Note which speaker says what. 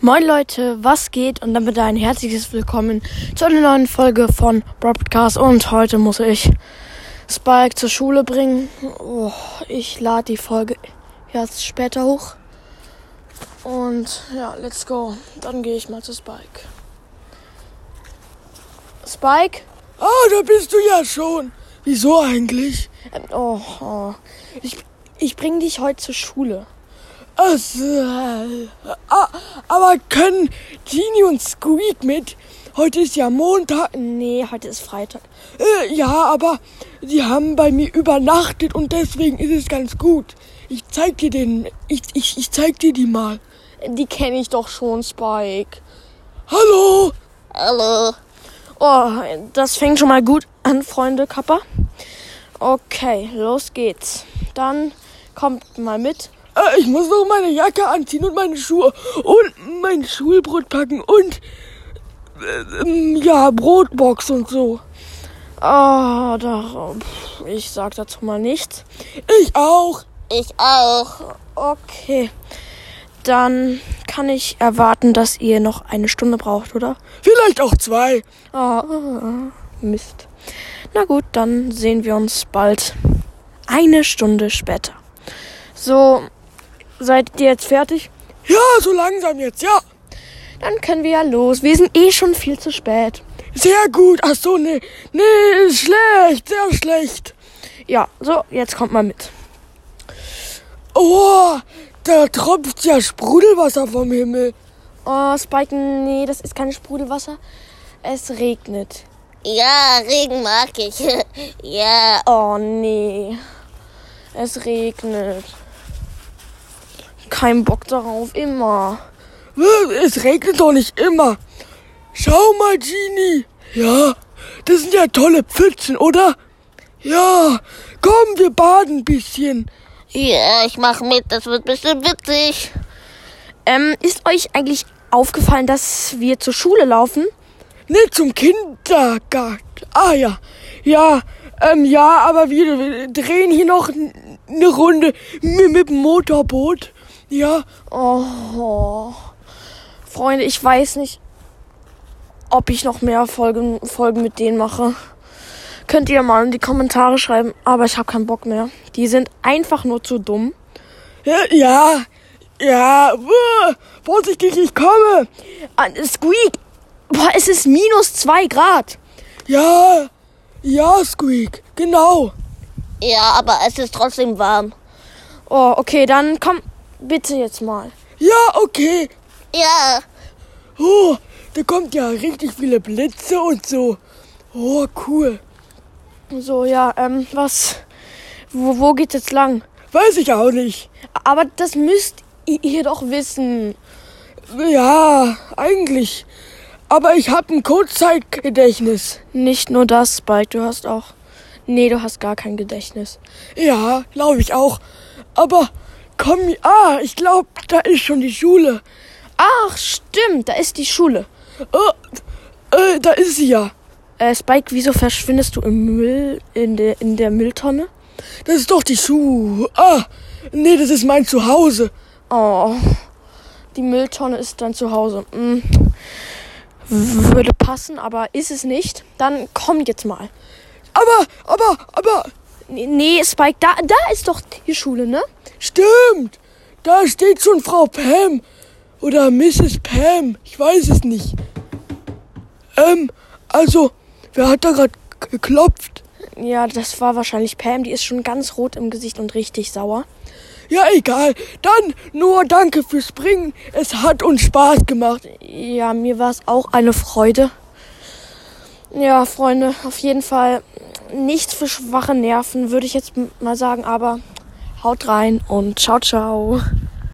Speaker 1: Moin Leute, was geht? Und damit ein herzliches Willkommen zu einer neuen Folge von Broadcast. Und heute muss ich Spike zur Schule bringen. Oh, ich lade die Folge erst später hoch. Und ja, let's go. Dann gehe ich mal zu Spike. Spike?
Speaker 2: Oh, da bist du ja schon. Wieso eigentlich?
Speaker 1: Ähm, Oh, oh. Ich, ich bringe dich heute zur Schule.
Speaker 2: Ach so, äh, ah, aber können Genie und Squeak mit? Heute ist ja Montag.
Speaker 1: Nee, heute ist Freitag.
Speaker 2: Äh, ja, aber die haben bei mir übernachtet und deswegen ist es ganz gut. Ich zeig dir den. Ich, ich, ich zeig dir die mal.
Speaker 1: Die kenne ich doch schon, Spike.
Speaker 2: Hallo!
Speaker 1: Hallo. Oh, das fängt schon mal gut an, Freunde Kappa. Okay, los geht's. Dann kommt mal mit.
Speaker 2: Äh, ich muss noch meine Jacke anziehen und meine Schuhe und mein Schulbrot packen und. Äh, ähm, ja, Brotbox und so.
Speaker 1: Ah, da, pf, ich sag dazu mal nichts.
Speaker 2: Ich auch.
Speaker 1: Ich auch. Okay. Dann kann ich erwarten, dass ihr noch eine Stunde braucht, oder?
Speaker 2: Vielleicht auch zwei.
Speaker 1: Ah, ah, Mist. Na gut, dann sehen wir uns bald. Eine Stunde später. So, seid ihr jetzt fertig?
Speaker 2: Ja, so langsam jetzt, ja.
Speaker 1: Dann können wir ja los. Wir sind eh schon viel zu spät.
Speaker 2: Sehr gut. Ach so, nee. Nee, ist schlecht, sehr schlecht.
Speaker 1: Ja, so, jetzt kommt mal mit.
Speaker 2: Oh, da tropft ja Sprudelwasser vom Himmel.
Speaker 1: Oh, Spike, nee, das ist kein Sprudelwasser. Es regnet.
Speaker 3: Ja, Regen mag ich. ja,
Speaker 1: Oh, nee. Es regnet. Kein Bock darauf, immer.
Speaker 2: Äh, Es regnet doch nicht immer. Schau mal, Genie. Ja, das sind ja tolle Pfützen, oder? Ja, komm, wir baden ein bisschen.
Speaker 3: ja, ich mach mit, das wird bestimmt witzig.
Speaker 1: Ähm, ist euch eigentlich aufgefallen, dass wir zur Schule laufen?
Speaker 2: Ne, zum Kindergarten. Ah ja, ja, ähm, ja, aber wir, wir drehen hier noch n- eine Runde mit, mit dem Motorboot. Ja,
Speaker 1: Oh, Freunde, ich weiß nicht, ob ich noch mehr Folgen, Folgen mit denen mache. Könnt ihr mal in die Kommentare schreiben, aber ich habe keinen Bock mehr. Die sind einfach nur zu dumm.
Speaker 2: Ja, ja, ja, wuh, vorsichtig, ich komme.
Speaker 1: Ah, Squeak, boah, es ist minus zwei Grad.
Speaker 2: Ja, ja, Squeak, genau.
Speaker 3: Ja, aber es ist trotzdem warm.
Speaker 1: Oh, okay, dann komm bitte jetzt mal.
Speaker 2: Ja, okay.
Speaker 3: Ja,
Speaker 2: Oh, da kommt ja richtig viele Blitze und so. Oh, cool.
Speaker 1: So, ja, ähm, was, wo, wo geht's jetzt lang?
Speaker 2: Weiß ich auch nicht.
Speaker 1: Aber das müsst i- ihr doch wissen.
Speaker 2: Ja, eigentlich. Aber ich hab ein Kurzzeitgedächtnis.
Speaker 1: Nicht nur das, Spike, du hast auch. Nee, du hast gar kein Gedächtnis.
Speaker 2: Ja, glaube ich auch. Aber komm, ah, ich glaube, da ist schon die Schule.
Speaker 1: Ach, stimmt, da ist die Schule.
Speaker 2: Oh, äh, da ist sie ja.
Speaker 1: Äh, Spike, wieso verschwindest du im Müll, in der, in der Mülltonne?
Speaker 2: Das ist doch die Schuhe. Ah, nee, das ist mein Zuhause.
Speaker 1: Oh, die Mülltonne ist dein Zuhause. Hm. Würde passen, aber ist es nicht. Dann komm jetzt mal.
Speaker 2: Aber, aber, aber,
Speaker 1: Nee, nee Spike, da, da ist doch die Schule, ne?
Speaker 2: stimmt. Da steht schon Frau Pam. Oder Mrs. Pam. Ich weiß es nicht. Ähm, also, wer hat da gerade geklopft?
Speaker 1: Ja, das war wahrscheinlich Pam. Die ist schon ganz rot im Gesicht und richtig sauer.
Speaker 2: Ja, egal. Dann nur danke fürs Springen. Es hat uns Spaß gemacht.
Speaker 1: Ja, mir war es auch eine Freude. Ja, Freunde, auf jeden Fall nichts für schwache Nerven, würde ich jetzt m- mal sagen, aber haut rein und ciao, ciao.